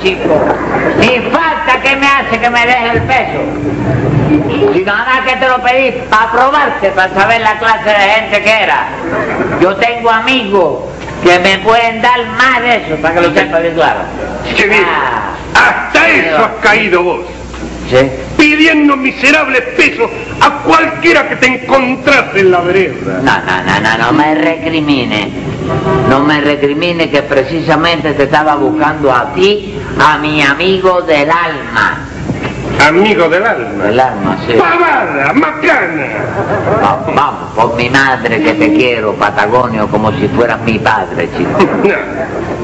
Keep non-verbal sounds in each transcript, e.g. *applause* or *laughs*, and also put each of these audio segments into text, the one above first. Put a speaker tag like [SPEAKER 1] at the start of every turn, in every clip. [SPEAKER 1] chico. Ni falta que me hace que me deje el peso. Si nada que te lo pedí para probarte, para saber la clase de gente que era. Yo tengo amigos que me pueden dar más de eso, para que lo sepa bien claro.
[SPEAKER 2] Che viejo,
[SPEAKER 1] Ah,
[SPEAKER 2] hasta eso has caído vos.
[SPEAKER 1] sí.
[SPEAKER 2] Pidiendo miserables pesos a cualquiera que te encontrase en la vereda.
[SPEAKER 1] No, no, no, no, no me recrimine. No me recrimine que precisamente te estaba buscando a ti, a mi amigo del alma.
[SPEAKER 2] Amigo del alma.
[SPEAKER 1] Del alma, sí.
[SPEAKER 2] Pavada, macana. *laughs*
[SPEAKER 1] Va- vamos, por mi madre que te quiero, Patagonio, como si fueras mi padre, chico.
[SPEAKER 2] No,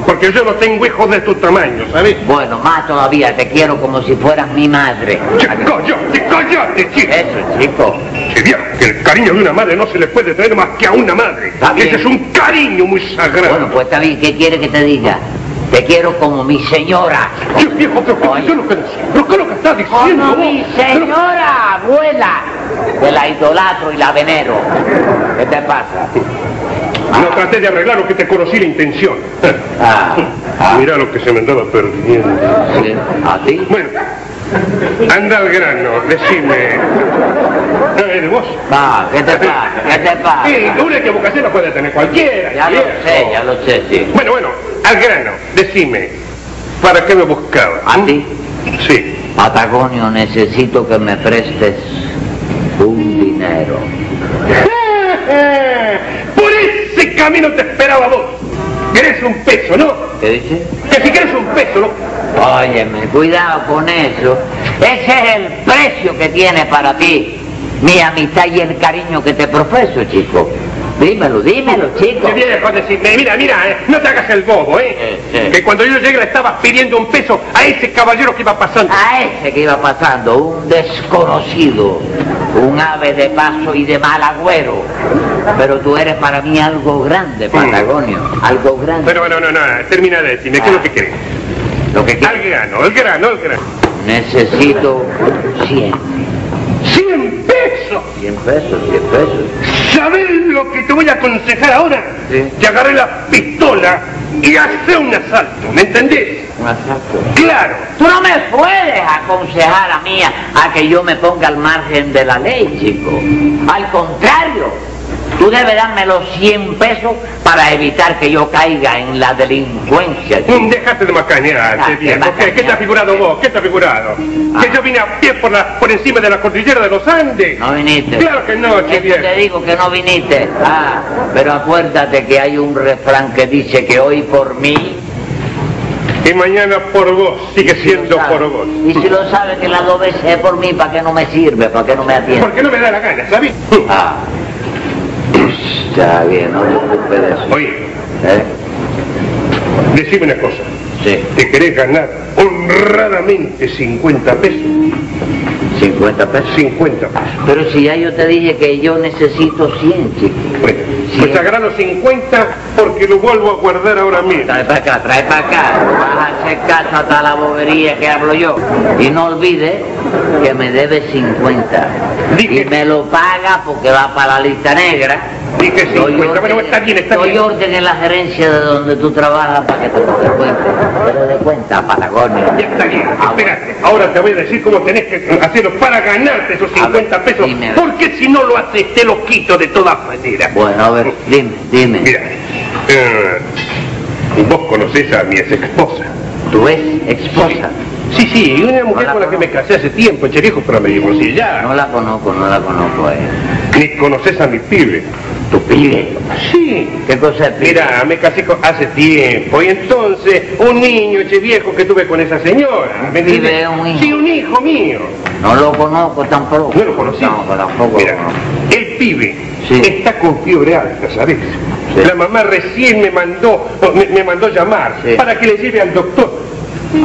[SPEAKER 2] porque yo no tengo hijos de tu tamaño, ¿sabes?
[SPEAKER 1] Bueno, más todavía, te quiero como si fueras mi madre.
[SPEAKER 2] Che, coyote, coyote, chico.
[SPEAKER 1] Eso, chico.
[SPEAKER 2] Che viejo, que el cariño de una madre no se le puede tener más que a una madre.
[SPEAKER 1] Está bien.
[SPEAKER 2] Ese es un cariño muy
[SPEAKER 1] Bueno,
[SPEAKER 2] sagrado.
[SPEAKER 1] pues está bien, ¿qué quiere que te diga? Te quiero como mi señora.
[SPEAKER 2] Che viejo, pero ¿qué
[SPEAKER 1] Oye.
[SPEAKER 2] es lo que decís? ¿Pero qué es lo que estás diciendo
[SPEAKER 1] Como
[SPEAKER 2] vos?
[SPEAKER 1] mi
[SPEAKER 2] Pero-
[SPEAKER 1] señora abuela, que la idolatro y la venero. ¿Qué te pasa?
[SPEAKER 2] No traté de arreglar lo que te conocí la intención.
[SPEAKER 1] Ah, ah,
[SPEAKER 2] Mirá lo que se me andaba perdiendo.
[SPEAKER 1] sí. ¿A ti?
[SPEAKER 2] Bueno, anda al grano, decime. A ver, vos.
[SPEAKER 1] Va, ¿qué te pasa? ¿Qué te
[SPEAKER 2] Sí,
[SPEAKER 1] pasa?
[SPEAKER 2] una equivocación la puede tener cualquiera.
[SPEAKER 1] Ya lo
[SPEAKER 2] viejo.
[SPEAKER 1] sé, ya lo sé, sí.
[SPEAKER 2] Bueno, bueno, al grano, decime. ¿Para qué me buscabas?
[SPEAKER 1] ¿A ti?
[SPEAKER 2] Sí.
[SPEAKER 1] Patagonio, necesito que me prestes un dinero.
[SPEAKER 2] Por ese camino te esperaba vos. Querés un peso, ¿no?
[SPEAKER 1] ¿Qué dices?
[SPEAKER 2] Que si querés un peso, ¿no?
[SPEAKER 1] Óyeme, cuidado con eso. Ese es el precio que tiene para ti mi amistad y el cariño que te profeso, chico. Dímelo, dímelo, chico.
[SPEAKER 2] Qué viejo decirme, mira, mira, eh, no te hagas el bobo, ¿eh?
[SPEAKER 1] Sí, sí.
[SPEAKER 2] Que cuando yo llegué le estabas pidiendo un peso a ese caballero que iba pasando.
[SPEAKER 1] A ese que iba pasando, un desconocido, un ave de paso y de mal agüero. Pero tú eres para mí algo grande, Patagonio, algo grande.
[SPEAKER 2] Pero no, no, no, termina de decirme, ¿qué es lo que querés?
[SPEAKER 1] Ah. Lo que
[SPEAKER 2] Al
[SPEAKER 1] quiero-
[SPEAKER 2] grano, al grano, al grano.
[SPEAKER 1] necesito 100,
[SPEAKER 2] ¡Cien pesos!
[SPEAKER 1] 100 pesos, 100 pesos.
[SPEAKER 2] ¿Sabes lo que te voy a aconsejar ahora?
[SPEAKER 1] Sí.
[SPEAKER 2] Te agarré la pistola y hace un asalto, ¿me entendés?
[SPEAKER 1] Un asalto.
[SPEAKER 2] Claro.
[SPEAKER 1] Tú no me puedes aconsejar a mí a, a que yo me ponga al margen de la ley, chico. Al contrario, tú debes darme los 100 pesos para evitar que yo caiga en la delincuencia. chico.
[SPEAKER 2] Mm, Dejate de macanear,
[SPEAKER 1] Ah,
[SPEAKER 2] che
[SPEAKER 1] de
[SPEAKER 2] viejo. ¿Qué, ¿Qué te
[SPEAKER 1] macanear.
[SPEAKER 2] has figurado vos? ¿Qué te has figurado?
[SPEAKER 1] Ah.
[SPEAKER 2] ¿Que yo vine a pie por, la, por encima de la cordillera de los Andes?
[SPEAKER 1] No viniste.
[SPEAKER 2] Claro que no, che
[SPEAKER 1] Eso
[SPEAKER 2] viejo.
[SPEAKER 1] te digo que no viniste. Ah, pero acuérdate que hay un refrán que dice que hoy por mí.
[SPEAKER 2] Y mañana por vos, sigue
[SPEAKER 1] y si lo
[SPEAKER 2] siendo
[SPEAKER 1] sabe-
[SPEAKER 2] por vos.
[SPEAKER 1] Y si lo sabes que las dos veces es por mí, ¿para qué no me sirve? ¿Para qué no me atiende?
[SPEAKER 2] Porque no me da la gana, ¿sabes?
[SPEAKER 1] Ah. Está bien, no te preocupes de eso.
[SPEAKER 2] Oye,
[SPEAKER 1] ¿Eh?
[SPEAKER 2] decime una cosa.
[SPEAKER 1] Sí,
[SPEAKER 2] ¿Te querés ganar honradamente 50 pesos?
[SPEAKER 1] 50 pesos.
[SPEAKER 2] 50 pesos.
[SPEAKER 1] Pero si ya yo te dije que yo necesito 100, chico.
[SPEAKER 2] Bueno, pues agarrá los 50 porque lo vuelvo a guardar ahora mismo.
[SPEAKER 1] Trae para acá, trae para acá. Vas a hacer caso hasta la bobería que hablo yo. Y no olvides que me debes 50.
[SPEAKER 2] Dije-
[SPEAKER 1] Y me lo paga porque va para la lista negra.
[SPEAKER 2] Dije
[SPEAKER 1] Doy
[SPEAKER 2] 50,
[SPEAKER 1] orden-
[SPEAKER 2] bueno, está bien, está
[SPEAKER 1] doy
[SPEAKER 2] bien.
[SPEAKER 1] orden en la gerencia de donde tú trabajas para que te lo descuentes. Pero de cuenta, Patagonia.
[SPEAKER 2] Ya está bien,
[SPEAKER 1] Ah,
[SPEAKER 2] espérate. Ahora te voy a decir cómo tenés que hacerlo para ganarte esos
[SPEAKER 1] A ver,
[SPEAKER 2] 50 pesos.
[SPEAKER 1] dime, a ver.
[SPEAKER 2] Porque si no lo haces, te lo quito de todas maneras.
[SPEAKER 1] Bueno, a ver, dime, dime.
[SPEAKER 2] Mira, eh, vos conocés a mi ex esposa.
[SPEAKER 1] ¿Tú es esposa?
[SPEAKER 2] Sí, sí, una mujer
[SPEAKER 1] Hola,
[SPEAKER 2] con la que me casé hace tiempo, che viejo, pero me divorcié ya.
[SPEAKER 1] No la conozco, no la conozco a ella.
[SPEAKER 2] Ni conoces a mi pibe.
[SPEAKER 1] ¿Tu pibe?
[SPEAKER 2] Sí.
[SPEAKER 1] ¿Qué cosa es pibe?
[SPEAKER 2] Mira, me casé con- hace tiempo y entonces un niño, che viejo, que tuve con esa señora. ¿me
[SPEAKER 1] Sí,
[SPEAKER 2] entendés?
[SPEAKER 1] veo un hijo.
[SPEAKER 2] Sí, un hijo mío.
[SPEAKER 1] No lo conozco tampoco.
[SPEAKER 2] No lo conocí.
[SPEAKER 1] No, tampoco
[SPEAKER 2] Mira,
[SPEAKER 1] lo conozco.
[SPEAKER 2] el pibe
[SPEAKER 1] Sí.
[SPEAKER 2] está con fiebre alta, ¿sabes?
[SPEAKER 1] Sí.
[SPEAKER 2] La mamá recién me mandó, o me, me mandó llamar
[SPEAKER 1] Sí. Ah.
[SPEAKER 2] para que le lleve al doctor.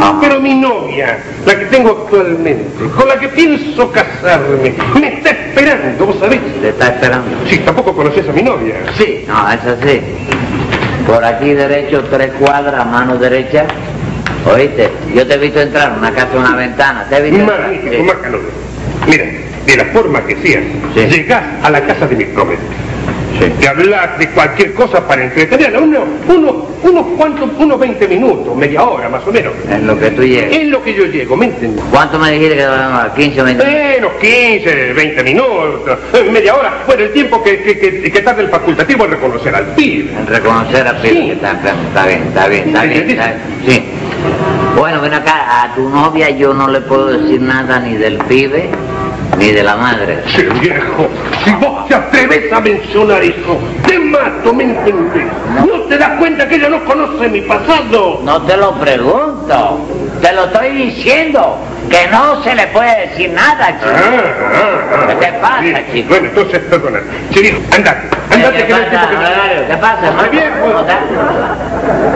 [SPEAKER 1] Ajá.
[SPEAKER 2] Pero mi novia, la que tengo actualmente, con la que pienso casarme, me está esperando, ¿vos sabés?
[SPEAKER 1] ¿Te está esperando?
[SPEAKER 2] Sí, tampoco conoces a mi novia.
[SPEAKER 1] Sí. No, es así. Por aquí derecho, tres cuadras, mano derecha. ¿Oíste? Yo te he visto entrar, una casa, una ventana. ¿Te he visto entrar?
[SPEAKER 2] Magnífico,
[SPEAKER 1] Sí.
[SPEAKER 2] más calor. Mira, de la forma que sea,
[SPEAKER 1] Sí.
[SPEAKER 2] llegás a la casa de mis propios.
[SPEAKER 3] Sì.
[SPEAKER 2] di hablar de cualquier cosa para entretenerla, uno, uno- unos cuantos, unos 20 minutos, media hora más o menos.
[SPEAKER 1] En lo que tú llegues.
[SPEAKER 2] Es lo que yo llego, ¿me entiendes?
[SPEAKER 1] ¿Cuánto me dijiste que duraba? ¿15 o 20
[SPEAKER 2] Menos 15, 20 minutos, eh, media hora. Bueno, el tiempo que, que, que- que tarda el facultativo en reconocer al pibe.
[SPEAKER 1] En reconocer a Pedro
[SPEAKER 2] Sí.
[SPEAKER 1] que está enfermo. Está bien, está bien, está
[SPEAKER 2] Sí,
[SPEAKER 1] bien.
[SPEAKER 2] sí,
[SPEAKER 1] está bien. Sí. Bueno, ven acá, a tu novia yo no le puedo decir nada ni del pibe ni de la madre.
[SPEAKER 2] Che, viejo, si vos te atreves a mencionar eso, te mato, ¿me entendés? ¿No te das cuenta que ella no conoce mi pasado?
[SPEAKER 1] No te lo pregunto, te lo estoy diciendo, que no se le puede decir nada,
[SPEAKER 2] Ah, ah, ah.
[SPEAKER 1] ¿Qué te pasa,
[SPEAKER 2] Bien.
[SPEAKER 1] chico?
[SPEAKER 2] Bueno, entonces, perdona. Chirino, andate, andate Ah, que no hay tiempo que...
[SPEAKER 1] ¿Qué pasa, hermano?
[SPEAKER 2] Muy bien, pues.
[SPEAKER 1] ¿Cómo estás?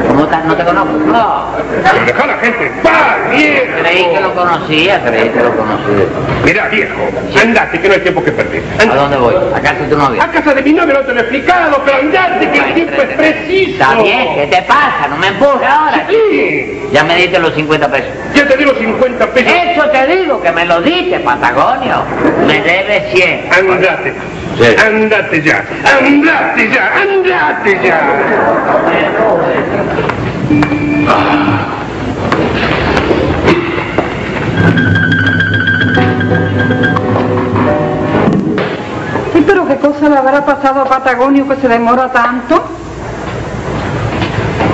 [SPEAKER 1] ¿Cómo estás? No te conozco. No.
[SPEAKER 2] Pero deja a la gente en paz,
[SPEAKER 1] Creí que lo
[SPEAKER 2] viejo.
[SPEAKER 1] conocía, creí que lo conocía.
[SPEAKER 2] Mirá, viejo, andate, que no hay tiempo que perder.
[SPEAKER 1] ¿A
[SPEAKER 2] Andate.
[SPEAKER 1] dónde voy? ¿A casa de tu novia?
[SPEAKER 2] A casa de mi novia no te lo he explicado, pero andate, que el tiempo Este es preciso.
[SPEAKER 1] Está bien, ¿qué te pasa? No me empujes ahora.
[SPEAKER 2] Sí,
[SPEAKER 1] Ya me diste los 50 pesos.
[SPEAKER 2] ya te di los 50 pesos.
[SPEAKER 1] Eso te digo, que me lo diste, Patagonio. Me debes 100.
[SPEAKER 2] Andate.
[SPEAKER 1] Sí.
[SPEAKER 2] Andate ya. Andate ya. Andate ya.
[SPEAKER 4] Sí, pero qué cosa le habrá pasado a Patagonio que se demora tanto.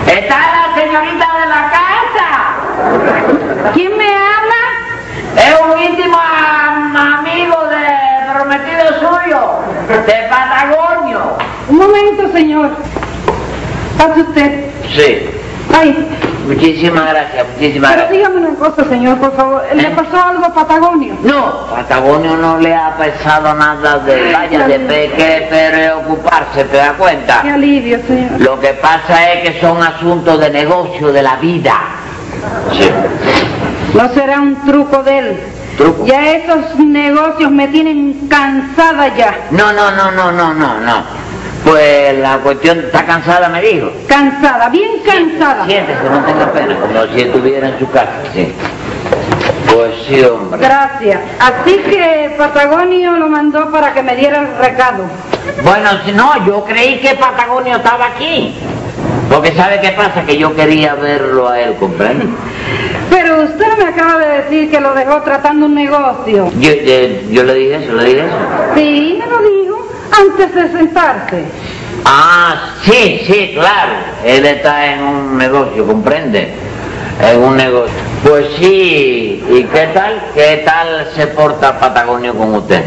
[SPEAKER 1] ¡Está la señorita de la casa!
[SPEAKER 4] ¿Quién me habla?
[SPEAKER 1] Es un íntimo am- amigo de prometido suyo, de Patagonio.
[SPEAKER 4] Un momento, señor. Pase usted.
[SPEAKER 1] Sí.
[SPEAKER 4] Ay,
[SPEAKER 1] Muchísimas gracias, muchísimas
[SPEAKER 4] pero
[SPEAKER 1] gracias.
[SPEAKER 4] dígame una cosa, señor, por favor. ¿Le pasó algo a Patagonio?
[SPEAKER 1] No, Patagonio no le ha pesado nada de vaya de pe- que preocuparse, ¿te das cuenta?
[SPEAKER 4] Qué alivio, señor.
[SPEAKER 1] Lo que pasa es que son asuntos de negocio de la vida. Sí.
[SPEAKER 4] No será un truco de él.
[SPEAKER 1] Truco.
[SPEAKER 4] Ya esos negocios me tienen cansada ya.
[SPEAKER 1] No, no, no, no, no, no, no. Pues la cuestión está cansada, me dijo.
[SPEAKER 4] Cansada, bien cansada.
[SPEAKER 1] Siéntese, no tenga pena, como si estuviera en su casa, sí. Pues sí, hombre.
[SPEAKER 4] Gracias. Así que Patagonio lo mandó para que me diera el recado.
[SPEAKER 1] Bueno, si no, yo creí que Patagonio estaba aquí. Porque sabe qué pasa, que yo quería verlo a él, ¿comprende?
[SPEAKER 4] Pero usted no me acaba de decir que lo dejó tratando un negocio.
[SPEAKER 1] Yo, eh, yo le dije eso, le dije eso.
[SPEAKER 4] Sí, me lo dijo antes de sentarse.
[SPEAKER 1] Ah, sí, sí, claro. Él está en un negocio, ¿comprende? En un negocio. Pues sí, ¿y qué tal? ¿Qué tal se porta Patagonio con usted?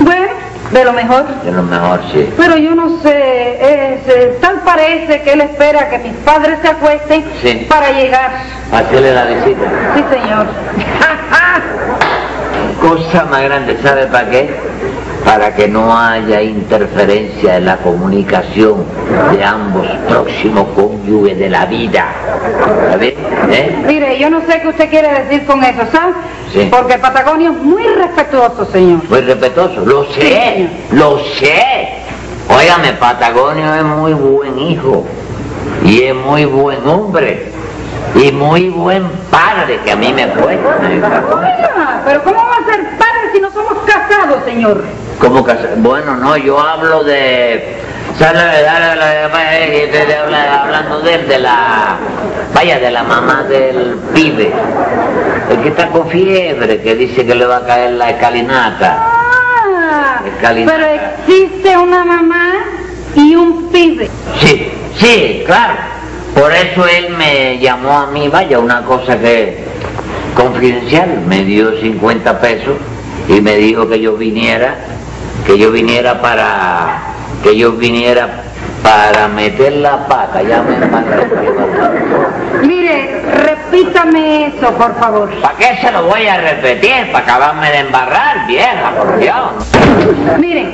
[SPEAKER 4] Bueno, de lo mejor.
[SPEAKER 1] De lo mejor, sí.
[SPEAKER 4] Pero yo no sé, es, eh, tal parece que él espera que mis padres se acuesten
[SPEAKER 1] Sí.
[SPEAKER 4] para llegar.
[SPEAKER 1] Hacerle la visita.
[SPEAKER 4] Sí, señor. *laughs*
[SPEAKER 1] Cosa más grande, ¿sabe para qué? Para que no haya interferencia en la comunicación de ambos próximos cónyuges de la vida. ¿Sabes? ¿Eh?
[SPEAKER 4] Mire, yo no sé qué usted quiere decir con eso, ¿sabe?
[SPEAKER 1] Sí.
[SPEAKER 4] Porque Patagonio es muy respetuoso, señor.
[SPEAKER 1] Muy respetuoso, lo sé, lo sé. Óigame, Patagonio es muy buen hijo y es muy buen hombre y muy buen padre que a mí me fue.
[SPEAKER 4] Oiga, pero ¿cómo va a ser padre si no somos casados, señor?
[SPEAKER 1] ¿Cómo que? se- Bueno, no, yo hablo de... ¿Sabe? Dale, dale, dale, eh, de- de- habla- Hablando de él, de la... Vaya, de la mamá del pibe. El que está con fiebre, que dice que le va a caer la escalinata.
[SPEAKER 4] Ah,
[SPEAKER 1] Escalinata.
[SPEAKER 4] pero existe una mamá y un pibe.
[SPEAKER 1] Sí, sí, claro. Por eso él me llamó a mí, vaya, una cosa que confidencial, me dio 50 pesos y me dijo que yo viniera, que yo viniera para, que yo viniera para meter la pata, ya me
[SPEAKER 4] Mire, repítame eso, por favor.
[SPEAKER 1] ¿Para qué se lo voy a repetir? ¿Para acabarme de embarrar, vieja, por Dios?
[SPEAKER 4] Mire,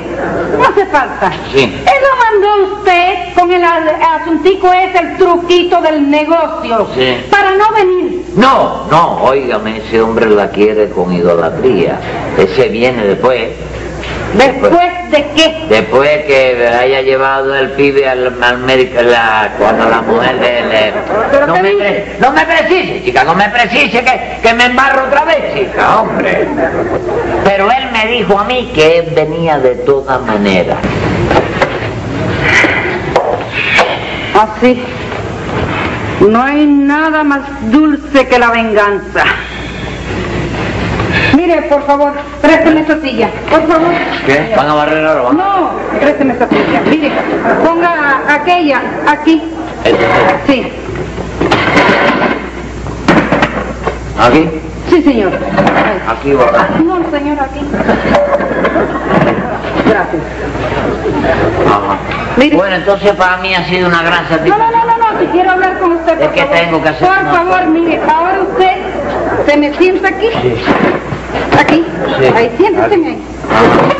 [SPEAKER 4] no hace falta.
[SPEAKER 1] Sí.
[SPEAKER 4] Él lo mandó a usted con el a- asuntico ese, el truquito del negocio.
[SPEAKER 1] Sí.
[SPEAKER 4] Para no venir.
[SPEAKER 1] No, no, óigame, ese hombre la quiere con idolatría. Ese viene después. pues.
[SPEAKER 4] ¿Después de qué?
[SPEAKER 1] Después que haya llevado el pibe al, al médico, la- cuando la mujer le... le-
[SPEAKER 4] ¿Pero
[SPEAKER 1] no,
[SPEAKER 4] qué
[SPEAKER 1] me
[SPEAKER 4] dice?
[SPEAKER 1] pre- no me precise, chica, no me precise que, que me embarro otra vez, chica, hombre. Pero él me dijo a mí que él venía de todas maneras.
[SPEAKER 4] Así. No hay nada más dulce que la venganza. Mire, por favor, présteme esa silla. Por favor.
[SPEAKER 1] ¿Qué? ¿Van a barrer ahora? van?
[SPEAKER 4] No, présteme esa silla. Mire, ponga aquella aquí. Sí,
[SPEAKER 1] ¿Aquí? Ah,
[SPEAKER 4] sí, señor. Ahí.
[SPEAKER 1] Aquí, va.
[SPEAKER 4] No, señor, aquí. Gracias.
[SPEAKER 1] Ajá.
[SPEAKER 4] Mire.
[SPEAKER 1] Bueno, entonces para mí ha sido una gran
[SPEAKER 4] No, no,
[SPEAKER 1] satisfacción.
[SPEAKER 4] no, no, no, si quiero hablar con usted, por
[SPEAKER 1] Es que
[SPEAKER 4] favor.
[SPEAKER 1] tengo que hacer
[SPEAKER 4] Por
[SPEAKER 1] una-
[SPEAKER 4] favor, mire, ahora usted se me sienta aquí.
[SPEAKER 1] Sí,
[SPEAKER 4] Aquí.
[SPEAKER 1] Sí.
[SPEAKER 4] Ahí, siéntese ahí.
[SPEAKER 1] Ajá.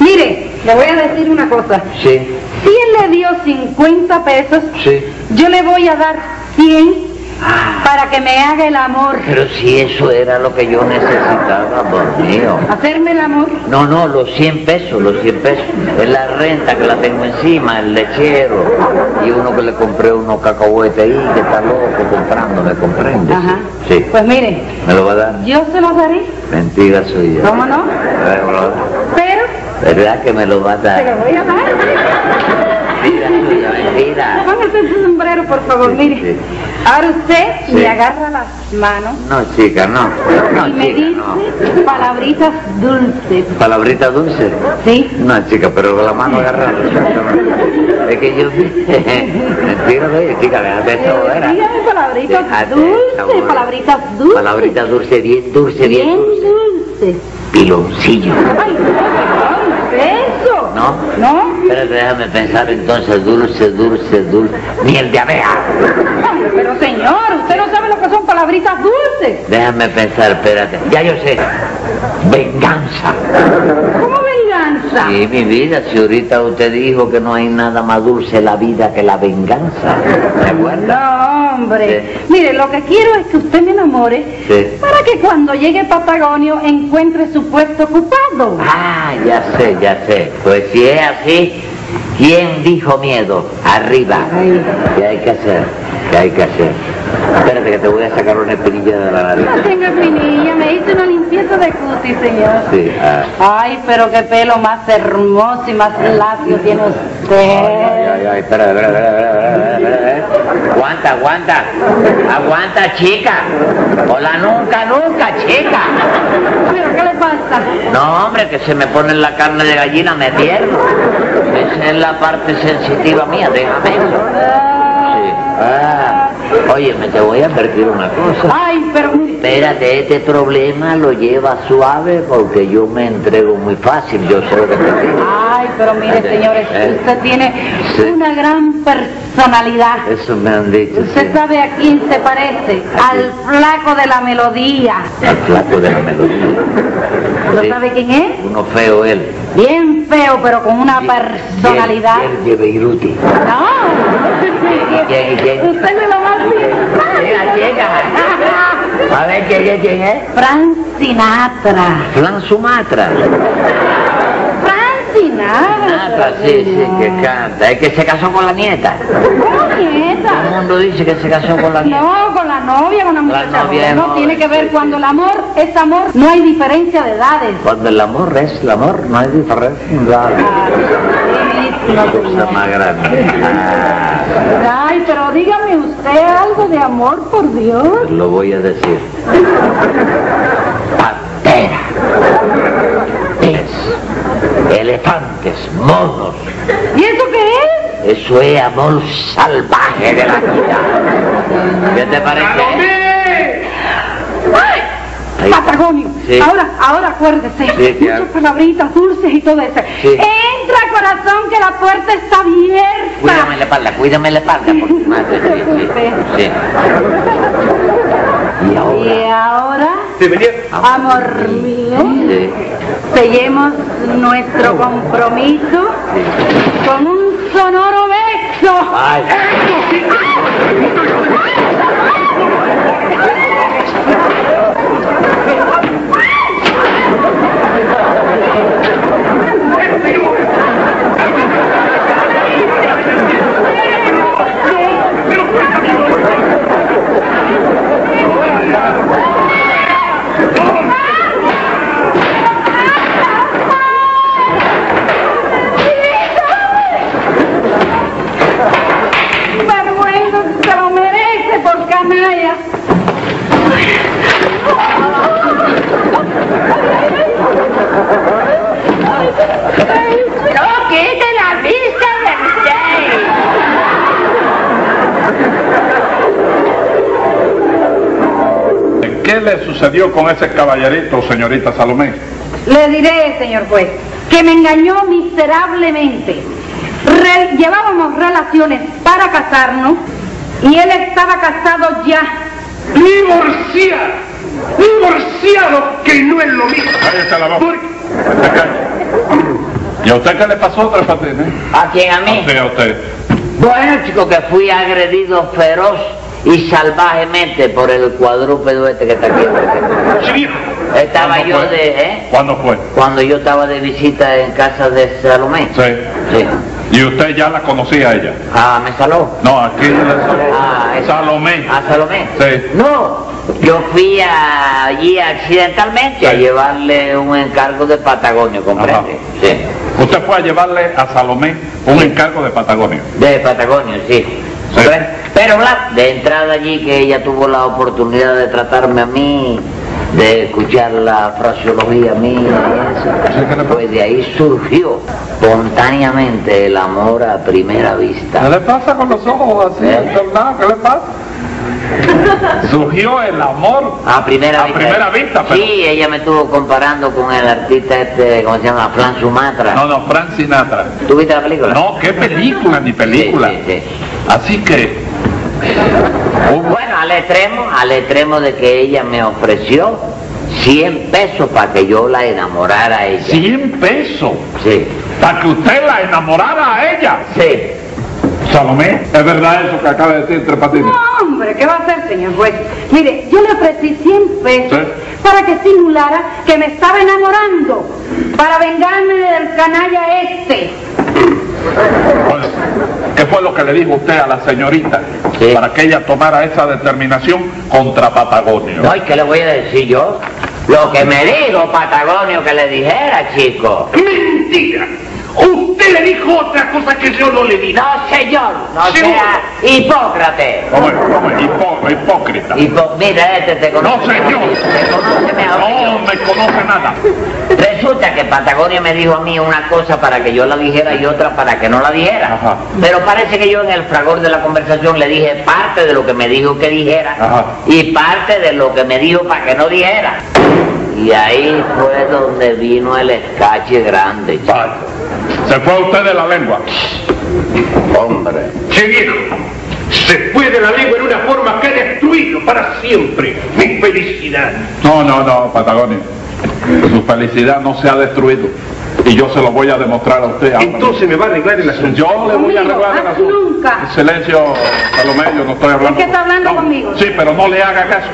[SPEAKER 4] Mire, le voy a decir una cosa.
[SPEAKER 1] sí,
[SPEAKER 4] Si él le dio 50 pesos,
[SPEAKER 1] sí.
[SPEAKER 4] yo le voy a dar 100
[SPEAKER 1] Ah,
[SPEAKER 4] para que me haga el amor.
[SPEAKER 1] pero si eso era lo que yo necesitaba, por mío.
[SPEAKER 4] Hacerme el amor.
[SPEAKER 1] No, no, los 100 pesos, los 100 pesos. Es la renta que la tengo encima, el lechero. Y uno que le compré unos cacahuetes ahí, que está loco comprando, ¿me comprende?
[SPEAKER 4] Ajá.
[SPEAKER 1] Sí.
[SPEAKER 4] Pues mire,
[SPEAKER 1] ¿Me lo va a dar?
[SPEAKER 4] yo se los daré,
[SPEAKER 1] Mentira suya.
[SPEAKER 4] ¿Cómo no?
[SPEAKER 1] Bueno,
[SPEAKER 4] pero
[SPEAKER 1] ¿Verdad que me lo va a
[SPEAKER 4] se los
[SPEAKER 1] dar?
[SPEAKER 4] voy a dar.
[SPEAKER 1] Mentira suya, mentira.
[SPEAKER 4] Póngase su sombrero, por favor,
[SPEAKER 1] Sí,
[SPEAKER 4] mire.
[SPEAKER 1] sí.
[SPEAKER 4] Ahora usted
[SPEAKER 1] Sí.
[SPEAKER 4] me agarra las manos
[SPEAKER 1] No, chica, no. No,
[SPEAKER 4] y me
[SPEAKER 1] chica, no.
[SPEAKER 4] dice palabritas dulces.
[SPEAKER 1] Palabrita dulce.
[SPEAKER 4] ¿Sí?
[SPEAKER 1] No, chica, pero con la mano agarrada. exactamente. Es que yo... *laughs* Mentira, ve, chica, déjate de sobera.
[SPEAKER 4] Dígame palabritas
[SPEAKER 1] Déjate,
[SPEAKER 4] dulces,
[SPEAKER 1] sabor.
[SPEAKER 4] palabritas dulces.
[SPEAKER 1] Palabrita dulce, bien dulce, bien
[SPEAKER 4] Bien
[SPEAKER 1] dulce.
[SPEAKER 4] dulces.
[SPEAKER 1] Piloncillo.
[SPEAKER 4] Ay, no, no, eso.
[SPEAKER 1] ¿No?
[SPEAKER 4] No.
[SPEAKER 1] Pero déjame pensar entonces, dulce, dulce, dulce. Miel de abeja.
[SPEAKER 4] Ay, Pero señor, usted no sabe lo que son palabritas dulces.
[SPEAKER 1] Déjame pensar, espérate. Ya yo sé. Venganza.
[SPEAKER 4] ¿Cómo venganza?
[SPEAKER 1] Sí, mi vida, si ahorita usted dijo que no hay nada más dulce en la vida que la venganza. ¿Me acuerdas?
[SPEAKER 4] No, hombre. Mire, lo que quiero es que usted me enamore
[SPEAKER 1] Sí.
[SPEAKER 4] para que cuando llegue Patagonio encuentre su puesto ocupado.
[SPEAKER 1] Ah, ya sé, ya sé. Pues si es así, ¿quién dijo miedo? Arriba.
[SPEAKER 4] Ay.
[SPEAKER 1] ¿Qué hay que hacer? ¿Qué hay que hacer? Espérate que te voy a sacar una espinilla de la nariz.
[SPEAKER 4] No tengo espinilla, me hice una limpieza de cutis, señor.
[SPEAKER 1] Sí, ah.
[SPEAKER 4] Ay, pero qué pelo más hermoso y más lacio tiene
[SPEAKER 1] Ay,
[SPEAKER 4] usted.
[SPEAKER 1] ay, ay, espera, espera, espera, espera, espera, espera, espera. Aguanta, aguanta. Aguanta, chica. Hola, nunca, nunca, chica.
[SPEAKER 4] Pero, ¿qué le pasa?
[SPEAKER 1] No, hombre, que se me pone la carne de gallina, me pierdo. Esa es la parte sensitiva mía, déjame. eso. Sí. Ah, oye, me te voy a advertir una cosa.
[SPEAKER 4] Ay, pero...
[SPEAKER 1] Espérate, este problema lo lleva suave porque yo me entrego muy fácil, yo sé lo que te digo.
[SPEAKER 4] Ay, pero mire, señores,
[SPEAKER 1] Eh.
[SPEAKER 4] usted tiene
[SPEAKER 1] Sí.
[SPEAKER 4] una gran personalidad.
[SPEAKER 1] Eso me han dicho.
[SPEAKER 4] Usted
[SPEAKER 1] sí.
[SPEAKER 4] sabe a quién se parece, al flaco de la melodía.
[SPEAKER 1] Al flaco de la melodía.
[SPEAKER 4] ¿No
[SPEAKER 1] Sí.
[SPEAKER 4] sabe quién es?
[SPEAKER 1] Uno feo él.
[SPEAKER 4] Bien feo, pero con una personalidad.
[SPEAKER 1] Bien, bien de Beiruti.
[SPEAKER 4] No.
[SPEAKER 1] Bien, bien.
[SPEAKER 4] Usted me lo va a
[SPEAKER 1] Llega,
[SPEAKER 4] decir.
[SPEAKER 1] llega. A ver quién es, quién es.
[SPEAKER 4] Frank Sinatra.
[SPEAKER 1] Flan Sumatra.
[SPEAKER 4] Frank Sinatra.
[SPEAKER 1] Sumatra, sí, sí,
[SPEAKER 4] señor.
[SPEAKER 1] que canta. Es que se casó con la nieta.
[SPEAKER 4] ¿Cómo nieta?
[SPEAKER 1] Todo el mundo dice que se casó con la nieta.
[SPEAKER 4] No, con la novia, con la muchacha.
[SPEAKER 1] novia,
[SPEAKER 4] no,
[SPEAKER 1] no,
[SPEAKER 4] tiene que
[SPEAKER 1] sí,
[SPEAKER 4] ver
[SPEAKER 1] sí.
[SPEAKER 4] cuando el amor es amor, no hay diferencia de edades.
[SPEAKER 1] Cuando el amor es el amor, no hay diferencia.
[SPEAKER 4] Ay, sí,
[SPEAKER 1] Cosa más
[SPEAKER 4] no,
[SPEAKER 1] grande. Ah,
[SPEAKER 4] Ay, pero dígame usted algo de amor, por Dios.
[SPEAKER 1] lo voy a decir. Pantera. Pez. Elefantes. Monos.
[SPEAKER 4] ¿Y eso qué es?
[SPEAKER 1] Eso es amor salvaje de la vida. ¿Qué te parece?
[SPEAKER 2] ¡Salomé!
[SPEAKER 1] Ahí.
[SPEAKER 4] Patagonio.
[SPEAKER 1] Sí.
[SPEAKER 4] Ahora, ahora acuérdese.
[SPEAKER 1] Sí, que
[SPEAKER 4] Muchas
[SPEAKER 1] hago.
[SPEAKER 4] palabritas dulces y todo eso.
[SPEAKER 1] Sí.
[SPEAKER 4] Entra, corazón, que la puerta está abierta.
[SPEAKER 1] Cuídame la espalda, cuídame la espalda, por tu madre. Sí, sí, sí. Y
[SPEAKER 4] Y
[SPEAKER 1] ahora.
[SPEAKER 4] ahora,
[SPEAKER 2] Debería...
[SPEAKER 4] amor mío,
[SPEAKER 1] Sí,
[SPEAKER 4] sellemos nuestro compromiso
[SPEAKER 1] sí.
[SPEAKER 4] con un sonoro beso.
[SPEAKER 1] Ay.
[SPEAKER 4] Pero
[SPEAKER 2] ¿Qué le sucedió con ese caballerito, señorita Salomé?
[SPEAKER 4] Le diré, señor juez, que me engañó miserablemente. Re- llevábamos relaciones para casarnos y él estaba casado ya.
[SPEAKER 3] ¡Divorciar! ¡Divorciado! Que no es lo mismo.
[SPEAKER 2] Cállese la boca.
[SPEAKER 3] Porque-
[SPEAKER 2] Usted calle. ¿Y a usted qué le pasó, Tres Patines?
[SPEAKER 1] ¿A quién? ¿A mí?
[SPEAKER 2] Sí, a usted.
[SPEAKER 1] Bueno, chico, que fui agredido feroz y salvajemente por el cuadrúpedo este que está aquí.
[SPEAKER 3] Sí, viejo.
[SPEAKER 1] Estaba
[SPEAKER 2] ¿Cuándo
[SPEAKER 1] yo
[SPEAKER 2] fue?
[SPEAKER 1] de... ¿eh?
[SPEAKER 2] ¿Cuándo fue?
[SPEAKER 1] Cuando yo estaba de visita en casa de Salomé.
[SPEAKER 2] Sí.
[SPEAKER 1] Sí.
[SPEAKER 2] ¿Y usted ya la conocía a ella?
[SPEAKER 1] Ah, me saló.
[SPEAKER 2] No, aquí en
[SPEAKER 1] Ah,
[SPEAKER 2] la
[SPEAKER 1] esa.
[SPEAKER 2] Salomé.
[SPEAKER 1] ¿A Salomé?
[SPEAKER 2] Sí.
[SPEAKER 1] No, yo fui a- allí accidentalmente a
[SPEAKER 2] Sí.
[SPEAKER 1] llevarle un encargo de Patagonia, ¿comprende?
[SPEAKER 2] Ajá.
[SPEAKER 1] Sí.
[SPEAKER 2] Usted fue a llevarle a Salomé un encargo de Patagonia.
[SPEAKER 1] De Patagonia, sí.
[SPEAKER 2] Sí.
[SPEAKER 1] Pero- Pero la, de entrada allí que ella tuvo la oportunidad de tratarme a mí, de escuchar la fraseología mía, y
[SPEAKER 2] Sí, ¿qué le
[SPEAKER 1] eso,
[SPEAKER 2] pa-
[SPEAKER 1] pues de ahí surgió espontáneamente el amor a primera vista.
[SPEAKER 2] le pasa con los ojos
[SPEAKER 1] así,
[SPEAKER 2] entornados? ¿Qué le pasa? Surgió el amor.
[SPEAKER 1] A primera
[SPEAKER 2] A
[SPEAKER 1] vista.
[SPEAKER 2] primera vista, pero-
[SPEAKER 1] Sí, ella me estuvo comparando con el artista este, ¿cómo se llama? Fran Sumatra.
[SPEAKER 2] No, no, Frank Sinatra.
[SPEAKER 1] ¿Tú viste la película?
[SPEAKER 2] No, qué película, ni película.
[SPEAKER 1] Sí, sí, sí.
[SPEAKER 2] Así que. hubo-
[SPEAKER 1] Bueno, al extremo, al extremo de que ella me ofreció 100 pesos para que yo la enamorara a ella.
[SPEAKER 2] 100 pesos
[SPEAKER 1] Sí.
[SPEAKER 2] para que usted la enamorara a ella.
[SPEAKER 1] Sí.
[SPEAKER 2] Salomé, es verdad eso que acaba de decir Tres Patines.
[SPEAKER 4] No, hombre, ¿qué va a hacer, señor juez? Mire, yo le ofrecí 100 pesos
[SPEAKER 2] Sí.
[SPEAKER 4] para que simulara que me estaba enamorando, para vengarme del canalla este.
[SPEAKER 2] Bueno, ¿Qué fue lo que le dijo usted a la señorita
[SPEAKER 1] Sí.
[SPEAKER 2] para que ella tomara esa determinación contra Patagonio?
[SPEAKER 1] No, ¿y qué le voy a decir yo? Lo que me dijo Patagonio que le dijera, chico.
[SPEAKER 3] ¡Mentira! Usted le dijo otra cosa que yo no le dije.
[SPEAKER 1] No, señor, no
[SPEAKER 3] Seguro.
[SPEAKER 1] sea hipócrate.
[SPEAKER 2] ¿Cómo es? ¿Cómo es? Hipó- hipócrita.
[SPEAKER 1] Hipo- mira, este te conoce.
[SPEAKER 2] No, señor.
[SPEAKER 1] Te conoce mejor que
[SPEAKER 2] No
[SPEAKER 1] yo.
[SPEAKER 2] me conoce nada.
[SPEAKER 1] Resulta que Patagonia me dijo a mí una cosa para que yo la dijera y otra para que no la dijera.
[SPEAKER 2] Ajá.
[SPEAKER 1] Pero parece que yo en el fragor de la conversación le dije parte de lo que me dijo que dijera
[SPEAKER 2] Ajá.
[SPEAKER 1] y parte de lo que me dijo para que no dijera. Y ahí fue donde vino el escache grande, chico.
[SPEAKER 2] Vaya. Se fue usted de la lengua.
[SPEAKER 1] hombre.
[SPEAKER 3] Che viejo, se fue de la lengua en una forma que ha destruido para siempre mi felicidad.
[SPEAKER 2] No, no, no, Patagonio. Su felicidad no se ha destruido. Y yo se lo voy a demostrar a usted. ahora.
[SPEAKER 3] Entonces me va a arreglar el asunto.
[SPEAKER 2] Yo le voy a arreglar el
[SPEAKER 4] Conmigo, Ah,
[SPEAKER 2] asunto.
[SPEAKER 4] nunca.
[SPEAKER 2] Silencio, Salomé, yo no estoy hablando.
[SPEAKER 4] Es que está
[SPEAKER 2] con-
[SPEAKER 4] hablando
[SPEAKER 2] No,
[SPEAKER 4] conmigo.
[SPEAKER 2] Sí, pero no le haga caso.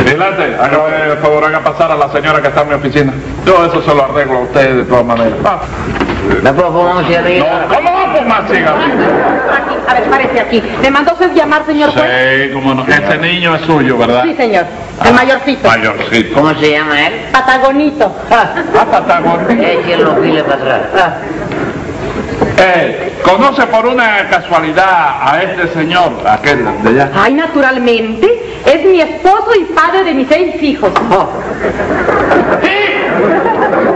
[SPEAKER 2] Adelante, hágame el favor, haga pasar a la señora que está en mi oficina. Yo eso se lo arreglo a usted de todas maneras. Ah,
[SPEAKER 1] ¿Me puedo fumar un cigarrillo?
[SPEAKER 2] no, ¿cómo va pues, a fumar
[SPEAKER 4] Ah,
[SPEAKER 2] cigarrillo?
[SPEAKER 4] Aquí, a ver, parece aquí. ¿Le mandó usted llamar, señor juez?
[SPEAKER 2] Sí, cómo no. Ese niño es suyo, ¿verdad?
[SPEAKER 4] pues. Sí, señor.
[SPEAKER 1] Ah,
[SPEAKER 4] El mayorcito.
[SPEAKER 2] Mayorcito.
[SPEAKER 1] ¿Cómo se llama *laughs* él?
[SPEAKER 4] Patagonito.
[SPEAKER 1] Ah,
[SPEAKER 2] Ah, Patagonio.
[SPEAKER 1] Echen los piles para atrás. Ah,
[SPEAKER 2] Eh, ¿Conoce por una casualidad a este señor, aquel de allá?
[SPEAKER 4] Ay, naturalmente. Es mi esposo y padre de mis seis hijos.
[SPEAKER 1] Ah.
[SPEAKER 3] ¿Eh?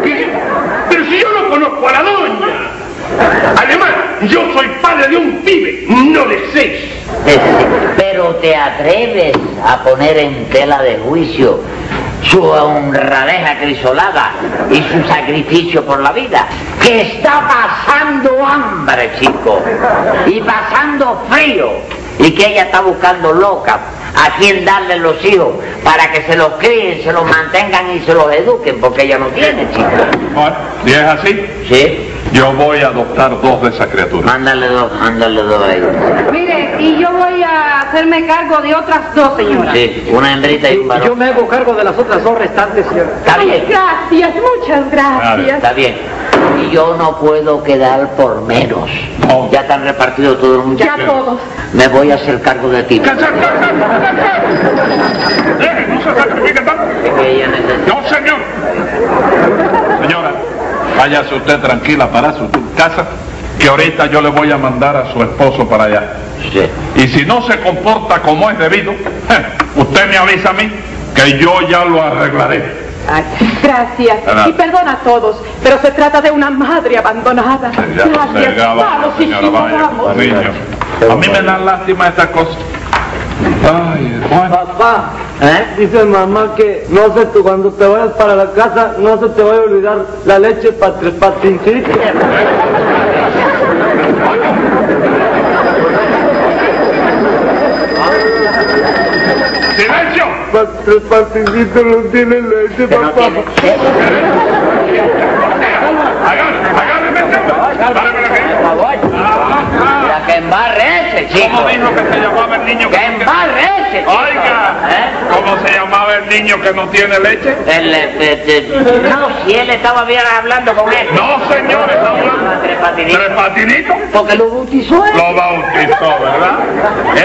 [SPEAKER 3] ¿Qué? Pero si yo no conozco a la doña. Además, yo soy padre de un pibe, no de seis.
[SPEAKER 1] sí, sí, sí. Pero te atreves a poner en tela de juicio su honradez acrisolada y su sacrificio por la vida, que está pasando hambre, chico, y pasando frío, y que ella está buscando loca a quien darle los hijos para que se los críen, se los mantengan y se los eduquen, porque ella no tiene, chico.
[SPEAKER 2] Bueno, si es así,
[SPEAKER 1] ¿Sí?
[SPEAKER 2] yo voy a adoptar dos de esas criaturas.
[SPEAKER 1] Mándale dos, mándale dos a ella.
[SPEAKER 4] Mire, y yo voy a hacerme cargo de otras dos, señora.
[SPEAKER 1] Sí, una hembrita y un varón.
[SPEAKER 5] Yo me hago cargo de las otras dos restantes, señor.
[SPEAKER 1] Está
[SPEAKER 4] Ay,
[SPEAKER 1] bien,
[SPEAKER 4] gracias, muchas gracias.
[SPEAKER 1] está bien. Y yo no puedo quedar por menos.
[SPEAKER 2] No.
[SPEAKER 1] Ya están repartidos todos los
[SPEAKER 4] Ya
[SPEAKER 1] muchachos.
[SPEAKER 4] todos.
[SPEAKER 1] Me voy a hacer cargo de ti.
[SPEAKER 3] ¡Casa, casa, casa! ¡Eh, no se sacrifique tanto!
[SPEAKER 1] porque ella necesita-
[SPEAKER 2] No, señor. Señora, váyase usted tranquila para su casa, que ahorita yo le voy a mandar a su esposo para allá.
[SPEAKER 1] Sí.
[SPEAKER 2] Y si no se comporta como es debido, eh, usted me avisa a mí que yo ya lo arreglaré.
[SPEAKER 4] Ay, gracias.
[SPEAKER 2] Nada.
[SPEAKER 4] Y perdona a todos, pero se trata de una madre abandonada.
[SPEAKER 2] Ya,
[SPEAKER 4] gracias.
[SPEAKER 2] ya, vamos,
[SPEAKER 4] vamos,
[SPEAKER 2] señora,
[SPEAKER 4] hijito,
[SPEAKER 2] vaya,
[SPEAKER 4] vamos.
[SPEAKER 2] niño. A mí me dan lástima estas cosas.
[SPEAKER 3] Ay, bueno.
[SPEAKER 6] Papá,
[SPEAKER 1] ¿Eh?
[SPEAKER 6] dice mamá que no se te- cuando te vayas para la casa no se te vaya a olvidar la leche patrincito.
[SPEAKER 1] *laughs*
[SPEAKER 2] ¡Silencio!
[SPEAKER 6] Patrincito no tiene leche,
[SPEAKER 1] Que no
[SPEAKER 6] papá.
[SPEAKER 1] tiene... ¿Eh?
[SPEAKER 2] ¡Agárreme, agárreme el tema! ¡Agárreme la
[SPEAKER 1] Por
[SPEAKER 2] gente!
[SPEAKER 1] favor.
[SPEAKER 2] ¡Ajá!
[SPEAKER 1] Ya que embarre ese, chico.
[SPEAKER 2] ¿Cómo dijo que se llamaba el niño
[SPEAKER 1] Que
[SPEAKER 2] que no
[SPEAKER 1] embarre ese, chico.
[SPEAKER 2] Oiga,
[SPEAKER 1] ¿Eh?
[SPEAKER 2] ¿cómo se llamaba el niño que no tiene leche?
[SPEAKER 1] El, eh, eh, eh, no, si él estaba bien hablando con él.
[SPEAKER 2] No, señores, está hablando.
[SPEAKER 1] Tres Patinitos.
[SPEAKER 2] Tres patinitos
[SPEAKER 1] Porque lo bautizó él.
[SPEAKER 2] lo bautizó, ¿verdad?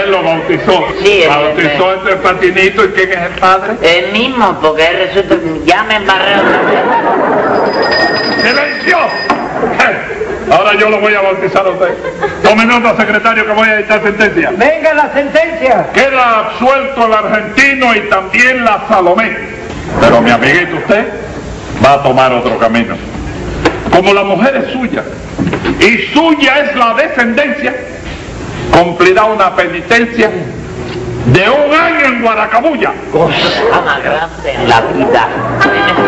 [SPEAKER 2] Él lo bautizó.
[SPEAKER 1] Sí, el-
[SPEAKER 2] bautizó entre patinito y quién es el padre.
[SPEAKER 1] El mismo, porque él resulta... Ya me embarré otra vez.
[SPEAKER 2] ¡Silencio! Ahora yo lo voy a bautizar a usted. Tome nota, secretario, que voy a dictar sentencia.
[SPEAKER 6] Venga la sentencia.
[SPEAKER 2] Queda absuelto el argentino y también la Salomé. Pero mi amiguito usted va a tomar otro camino. Como la mujer es suya y suya es la descendencia, cumplirá una penitencia de un año en Guaracabulla.
[SPEAKER 1] Cosa más grande en la vida.